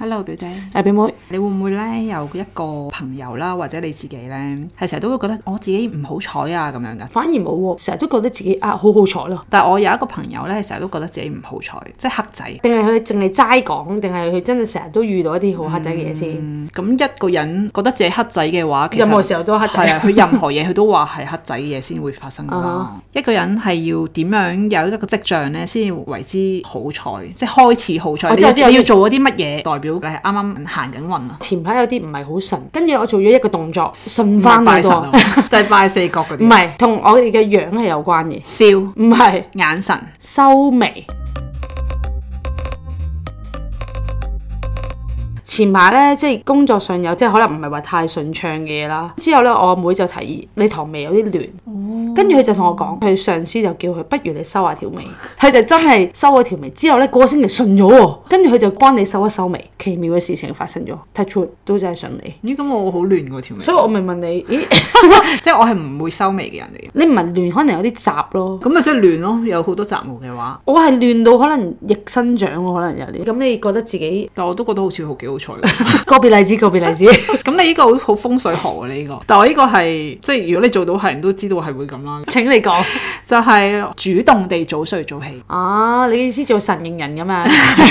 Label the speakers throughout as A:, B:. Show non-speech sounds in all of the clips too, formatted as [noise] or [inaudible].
A: Hello 表姐，
B: 誒表妹，
A: 你會唔會咧有一個朋友啦，或者你自己咧，係成日都會覺得我自己唔好彩啊咁樣噶？
B: 反而冇喎，成日都覺得自己啊好好彩咯，
A: 但係我有一個朋友咧，成日都覺得自己唔好彩，即係黑仔。
B: 定係佢淨係齋講，定係佢真係成日都遇到一啲好黑仔嘅嘢先？
A: 嗯咁、一個人覺得自己黑仔嘅話，其實
B: 任何時候都黑
A: 係
B: 仔
A: 啊，，佢任何嘢佢都話係黑仔嘅嘢先會發生㗎
B: [laughs]
A: 啦。
B: 啊
A: 一個人係要點樣有一個跡象咧，先為之好彩，即係開始好彩。
B: 我
A: 你
B: 知
A: 要
B: 哦我知我
A: 你要
B: 知
A: 做嗰啲乜嘢，代表你係啱啱行緊運啊，
B: 前排有啲唔係好順，跟住我做咗一個動作，順翻
A: 拜
B: 嗰
A: 神啊
B: 個，，
A: 就係 [laughs] 拜四角嗰
B: 唔 [laughs]
A: 啲。
B: 係同我哋嘅樣係有關嘅，
A: 笑
B: 唔係
A: 眼神，
B: 收眉。前排咧，即係工作上有即係可能唔係話太順暢嘅嘢啦。之後咧，我阿妹就提議你條眉有啲亂，跟住佢就同我講，佢上司就叫佢不如你收下條眉。 [laughs] 佢就真係收咗條眉之後咧，嗰個星期順咗喎，跟住佢就幫你收一收眉。奇妙嘅事情發生咗，touch wood，都真係順利。
A: 咦咁我好亂嗰條眉，
B: 所以我咪問你，咦， [laughs]
A: 即係我係唔會收眉嘅人嚟嘅。
B: 你唔係亂，可能有啲雜咯。
A: 咁咪啊即係亂咯，有好多雜毛嘅話，
B: 我係亂到可能逆生長喎，可能有啲。咁你覺得自己
A: 但我都覺得好似好幾好彩喎。 [laughs]
B: 個別例子，個別例子。
A: 咁你呢個好好風水學啊！你呢個，但我呢個係即係如果你做到係人都知道係會咁啦，
B: 請你講
A: 就係主動地早睡早起，
B: 啊！你意思做神形人咁樣？
A: [laughs]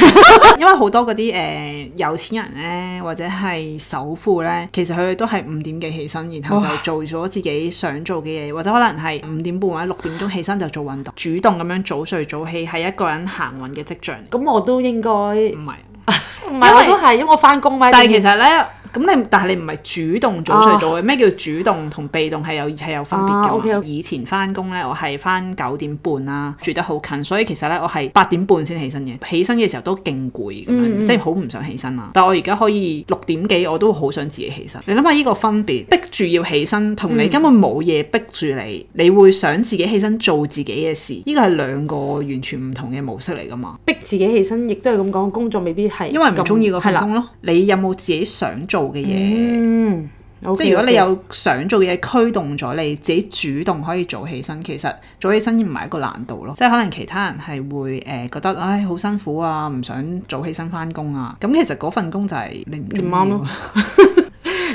A: 因為好多嗰啲誒有錢人咧，或者係首富咧，其實佢哋都係五點幾起身，然後就做咗自己想做嘅嘢，或者可能係五點半或者六點鐘起身就做運動，主動咁樣早睡早起係一個人行運嘅跡象，
B: 咁我都應該唔
A: 唔係。
B: 係，我
A: 因為
B: 都係因為我翻工嘛。
A: 但係其實咧，咁你但係你唔係主動早睡早起，咩、叫主動同被動係有係有分別嘅嘛、
B: 啊，OK，OK
A: 以前翻工咧，我係翻九點半啦，住得好近，所以其實咧我係八點半先起身嘅。起身嘅時候都勁攰咁樣，
B: 嗯
A: 即係好唔想起身啦。但係我而家可以六點幾，我都好想自己起身。你諗下呢個分別，逼住要起身，同
B: 嗯
A: 你根本冇嘢逼住你，你會想自己起身做自己嘅事，呢個係兩個完全唔同嘅模式嚟噶嘛。
B: 逼自己起身，亦都係咁講，工作未必係
A: 因為唔中意嗰
B: 係
A: 份
B: 啦。
A: 工咯，你有冇自己想做嘅嘢？
B: 嗯，
A: 即係如果你有想做嘅嘢驅動咗你，自己主動可以做起身，其實做起身唔係一個難度咯。即係可能其他人係會誒、呃、覺得，唉好辛苦啊，唔想早起身翻工啊。咁其實嗰份工就係你唔
B: 唔
A: 中
B: 啱
A: 意
B: 咯
A: 咯。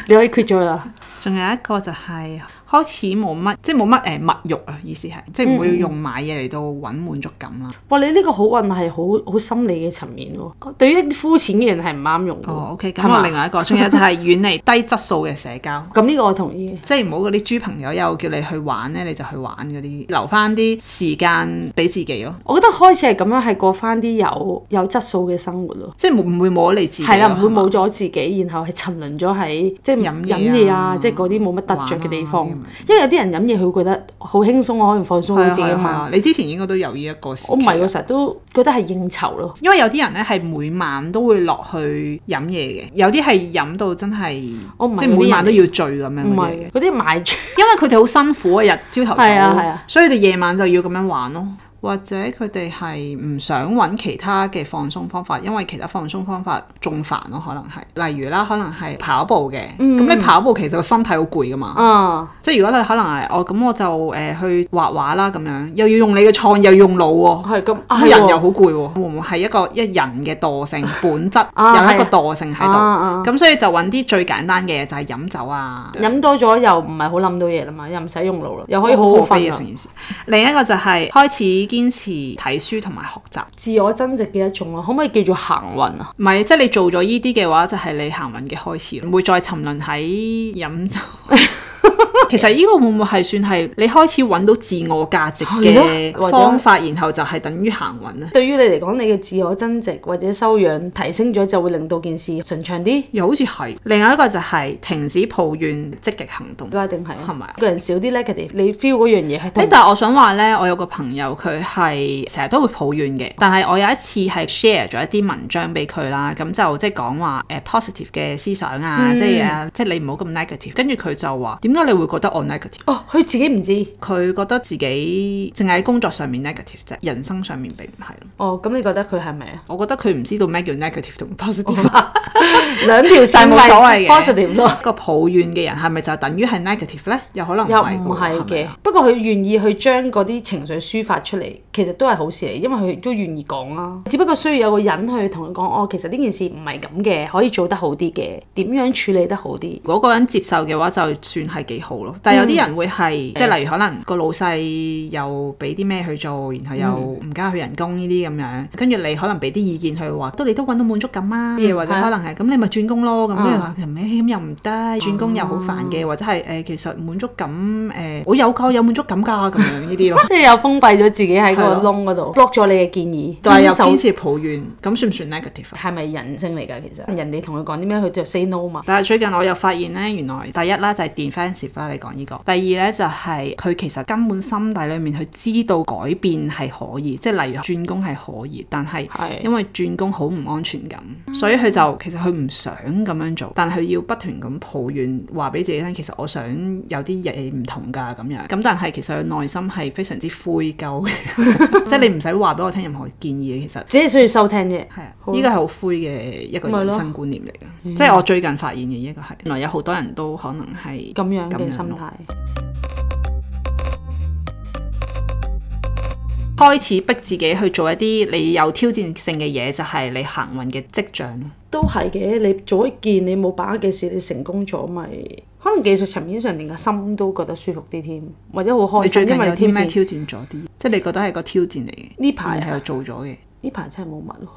B: 你可以 quit 咗佢啦。
A: 仲有一個就係、開始冇乜，即係冇乜誒物欲啊，意思係即係唔會用買嘢嚟到揾滿足感啦。
B: 哇！你呢個好運係好好心理嘅層面喎，對於一啲膚淺嘅人係唔啱用嘅喎。
A: 哦，OK，
B: 係
A: 咁
B: 嘛
A: 我另外一個，仲有就係遠離低質素嘅社交。
B: 咁呢個我同意。
A: 即係唔好嗰啲豬朋友友叫你去玩咧，你就去玩嗰啲，留翻啲時間俾自己咯。
B: 我覺得開始係咁樣，係過翻啲有有質素嘅生活咯。
A: 即係冇唔會冇咗你自己咯。啊
B: 係啦，唔會
A: 係嘛
B: 冇咗自己，然後係沉淪咗喺即係
A: 飲
B: 飲
A: 嘢啊
B: 嘢啊，即係嗰啲冇乜突着嘅地方
A: 玩啊嗰。
B: 因為有啲人飲嘢，佢會覺得好輕鬆，我可以放鬆
A: 係
B: 到
A: 啊
B: 自己
A: 係啊
B: 啊
A: 係
B: 嘛。
A: 啊！你之前應該都有呢一個時期。
B: 我唔係，我成日都覺得係應酬咯。
A: 因為有啲人咧係每晚都會落去飲嘢嘅，有啲係飲到真係，
B: 我唔係
A: 即
B: 嗰
A: 係
B: 啲
A: 每晚都
B: 人
A: 要醉咁樣
B: 唔
A: 嗰啲嚟嘅
B: 係嗰啲
A: [laughs]
B: 買醉，
A: 因為佢哋好辛苦啊，日朝頭早，
B: 係啊係啊
A: 所以佢哋夜晚就要咁樣玩咯。或者佢哋係唔想揾其他嘅放鬆方法，因為其他放鬆方法仲煩咯，可能係例如啦，可能係跑步嘅，咁、你跑步其實個身體好攰噶嘛，
B: 嗯，
A: 即係如果你可能係我咁我就誒、呃去畫畫啦咁樣，又要用你嘅創意，又要用腦喎、
B: 係咁
A: 咁
B: 啊係
A: 人
B: 喎
A: 又好攰喎，會唔會係一個一人嘅惰性本質
B: [laughs] 啊
A: 有一個
B: 係
A: 惰性喺
B: 啊
A: 度，
B: 啊
A: 咁所以就揾啲最簡單嘅嘢就係飲酒啊，
B: 飲多咗又唔係好諗到嘢啦嘛，又唔使用腦啦，又可以好
A: 好
B: 好
A: 好飛
B: 瞓
A: 嘅
B: 啊
A: 成件事。另一個就係開始堅持睇書同埋學習，
B: 自我增值嘅一種啊，可唔可以叫做行運啊？
A: 唔係即係你做咗呢啲嘅話，就係、你行運嘅開始，唔會再沉淪喺飲
B: [laughs]
A: 酒。其實呢個會唔會係算係你開始揾到自我價值
B: 係
A: 嘅
B: 咯或者
A: 方法，然後就係等於行運咧？
B: 對於你嚟講，你嘅自我增值或者修養提升咗，就會令到件事順暢啲。
A: 又好似係。另外一個就係停止抱怨，積極行動。
B: 一定係啊
A: 係咪啊
B: 個人少啲 negative，你 feel 嗰樣嘢係
A: 誒
B: 同，
A: 但係我想話咧，我有個朋友佢係成日都會抱怨嘅，但係我有一次係 share 咗一啲文章俾佢啦，咁就即係講話誒 positive 嘅思想啊，
B: 嗯
A: 即係誒即係你唔好咁 negative，跟住佢就話點解你會覺得我 negative？
B: 哦，佢自己唔知。
A: 佢覺得自己淨係喺工作上面 negative 啫，人生上面並唔係咯。
B: 哦，咁你覺得佢係咪啊？
A: 我覺得佢唔知道咩叫 negative 同
B: 哦
A: positive。
B: 兩條線咪
A: 但係冇所謂嘅
B: positive 咯，
A: [laughs] 個抱怨嘅人係咪就等於係 negative 咧？有可能
B: 又唔係
A: 喎係咪
B: 嘅
A: 啊。
B: 不過佢願意去將嗰啲情緒抒發出嚟，其實都係好事嚟，因為佢都願意講啦。只不過需要有個人去同佢講，哦，其實呢件事唔係咁嘅，可以做得好啲嘅，點樣處理得好啲。
A: 如果嗰個人接受嘅話，就算係幾好咯。但係有啲人會係，即係例如可能個老細又俾啲咩去做，然後又唔加佢人工呢啲咁樣，跟住你可能俾啲意見佢話，都你都揾到滿足感啊，啲嘢或者
B: 係啊
A: 可能係咁，你咪轉工咯。咁
B: 嗯
A: 跟住話其實咩咁又唔得，轉工又好煩嘅，或者係誒其實滿足感誒，我有㗎我有滿足感㗎咁樣呢啲
B: [laughs]
A: 咯。
B: 即係又封閉咗自己喺
A: 係
B: 嗰個
A: 咯
B: 窿嗰度，落咗你嘅建議，
A: 但係又
B: 遵
A: 堅
B: 守
A: 持抱怨，咁算唔算 negative 啊？
B: 係咪人性嚟㗎？其實人哋同佢講啲咩，佢就 say no 嘛。
A: 但係最近我又發現咧，原來第一啦就係 defensive 啦，你講呢、個；第二咧就係、佢其實根本心底裡面佢知道改變係可以，即係例如轉工係可以，但係
B: 係
A: 因為轉工好唔安全感，所以佢就其實佢唔想咁樣做，但係佢要不斷咁抱怨，話俾自己聽，其實我想有啲嘢唔同㗎咁樣。咁但係其實佢內心係非常之灰鳩嘅，即係你唔使話俾我聽任何建議嘅，其實。
B: 只係需要收聽啫。
A: 係啊，
B: 好
A: 呢個係好灰嘅一個人生觀念嚟
B: 嗯
A: 嘅，即係我最近發現嘅一個係，原來有好多人都可能係
B: 咁樣
A: 咁樣
B: 嘅心
A: 咯
B: 態，
A: 開始逼自己去做一啲你有挑戰性嘅嘢，就係你行運嘅跡象咯。
B: 都係嘅。你做一件你冇把握嘅事，你成功咗咪？可能技術層面上，連個心都覺得舒服啲添，或者好
A: 你
B: 開
A: 最
B: 心，
A: 近有
B: 哦因為你挑
A: 啲咩
B: 戰
A: 挑戰咗啲？即係你覺得係個挑戰嚟嘅，
B: 呢
A: 而
B: 排啊
A: 係又做咗嘅。
B: 呢排真係冇乜咯。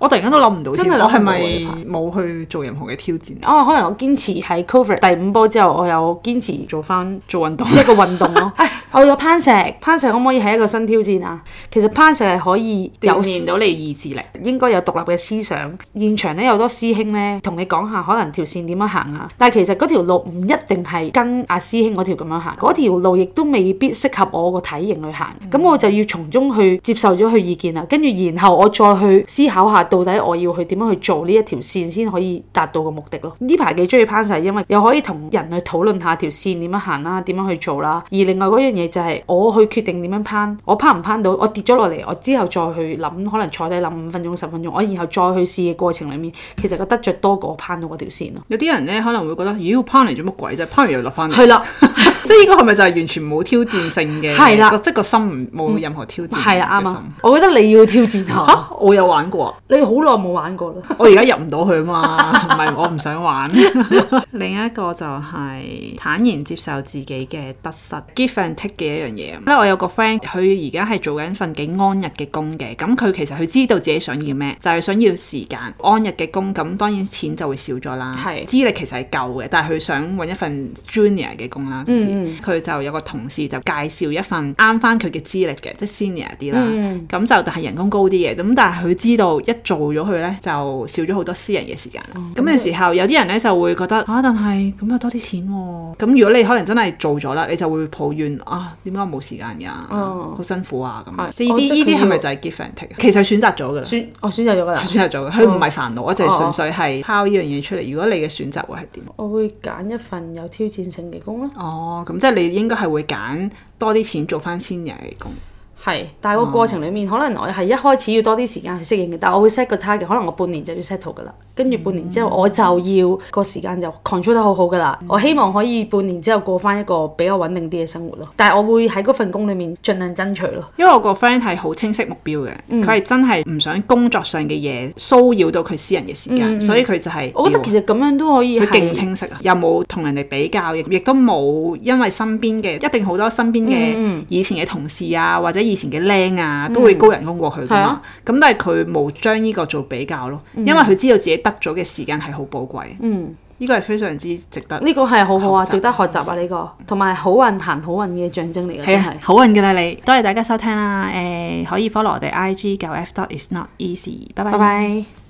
A: 我突然間都諗唔到添，
B: 真係諗唔到
A: 我係咪
B: 喎呢
A: 冇去做任何嘅挑戰？啊
B: 哦，可能我堅持喺 cover 第五波之後，我有堅持做翻
A: 做運 [laughs] 動
B: 一個運動咯。唉我有攀石，攀石可唔可以係一個新挑戰啊？其實攀石係可以有
A: 鍛鍊到你意志力，
B: 應該有獨立嘅思想。現場咧有好多師兄咧同你講下可能條線點樣行啊，但係其實嗰條路唔一定係跟阿師兄嗰條咁樣行，嗰條路亦都未必適合我個體型去行。咁、我就要從中去接受咗佢意見啦，跟住然後我再去思考下到底我要去點樣去做呢一條線先可以達到個目的咯。呢排幾中意攀石，因為又可以同人去討論下條線點樣行啦，點樣去做啦。而另外嗰樣嘢就係我去決定點樣攀，我攀唔攀到，我跌咗落嚟，我之後再去諗，可能坐低諗五分鐘、十分鐘，我然後再去試嘅過程裡面，其實個得着多過攀到嗰條線咯。
A: 有啲人咧可能會覺得，妖攀嚟做乜鬼啫？攀完又落
B: [laughs]
A: 翻嚟。
B: 係啦，
A: 即係呢個係咪就係完全冇挑戰性嘅？
B: 係啦嗯
A: 個即係個心唔冇任何挑戰。
B: 係 [laughs] 啦，啱啊！！我覺得你要挑戰下，
A: 嚇，我有玩 [laughs] 過啊，
B: 你好耐冇玩過 [laughs] 啦。
A: 我而家入唔到去嘛，唔係我唔想玩。 [laughs] 另一個就係坦然接受自己嘅得失，give and take 嘅一樣嘢。咧我有個 friend，佢而家係做緊份幾安逸嘅工嘅，咁佢其實佢知道自己想要咩，就係、想要時間安逸嘅工，咁當然錢就會少咗啦。
B: 係
A: 資歷其實係夠嘅，但係佢想揾一份 junior 嘅工啦。總之佢、就有個同事就介紹一份啱翻佢嘅資歷嘅，即係 senior 啲啦。
B: 嗯
A: 咁就但係人工高啲嘅，咁但係佢知道一做咗佢呢，就少咗好多私人嘅時間啦。
B: 哦
A: 咁嘅、時候，有啲人呢就會覺得啊，但係咁又多啲錢喎、咁如果你可能真係做咗啦，你就會抱怨啊，點解我冇時間㗎？好、
B: 哦
A: 辛苦啊咁樣。
B: 係
A: 即係呢
B: 我
A: 啲呢
B: 覺得佢
A: 啲係咪就係 give and take？其實啊佢選擇咗㗎啦。
B: 選我選擇咗㗎啦
A: 佢，選擇咗㗎，佢唔係煩惱，我就係
B: 哦
A: 純
B: 哦
A: 粹係拋呢樣嘢出嚟。如果你嘅選擇會係點？
B: 我會揀一份有挑戰性嘅工啦。
A: 哦，咁即係你應該係會揀多啲錢做翻 senior 嘅工。
B: 係，但係個過程裡
A: 哦
B: 面，可能我係一開始要多啲時間去適應嘅，但係我會 set 個 target，可能我半年就要 set 好㗎啦。跟住
A: 嗯
B: 半年之後，我就要個時間就 control 得好好㗎
A: 嗯
B: 啦。我希望可以半年之後過翻一個比較穩定啲嘅生活咯。但係我會喺嗰份工裡面盡量爭取咯。
A: 因為我個 friend 係好清晰目標嘅，佢係、真係唔想工作上嘅嘢騷擾到佢私人嘅時間，所以佢就係、
B: 我覺得其實咁樣都可以
A: 啊佢勁
B: 係
A: 清晰啊，又冇同人哋比較，亦亦都冇因為身邊嘅一定好多身邊嘅以前嘅同事啊，或者以前嘅僆啊，都會高人工過佢㗎
B: 係
A: 嘛
B: 啊。
A: 咁、但係佢冇將呢個做比較咯，因為佢知道自己得咗嘅時間係好寶貴。嗯，呢個係非常之值得。
B: 呢個係好好啊，
A: 學習
B: 值得學習啊！呢、個同埋好運行好運嘅象徵嚟嘅，啊真係。
A: 啊好運嘅啦你，多謝大家收聽啦。誒、可以 follow 我哋 IG 九 F dot is not easy，拜
B: 拜拜。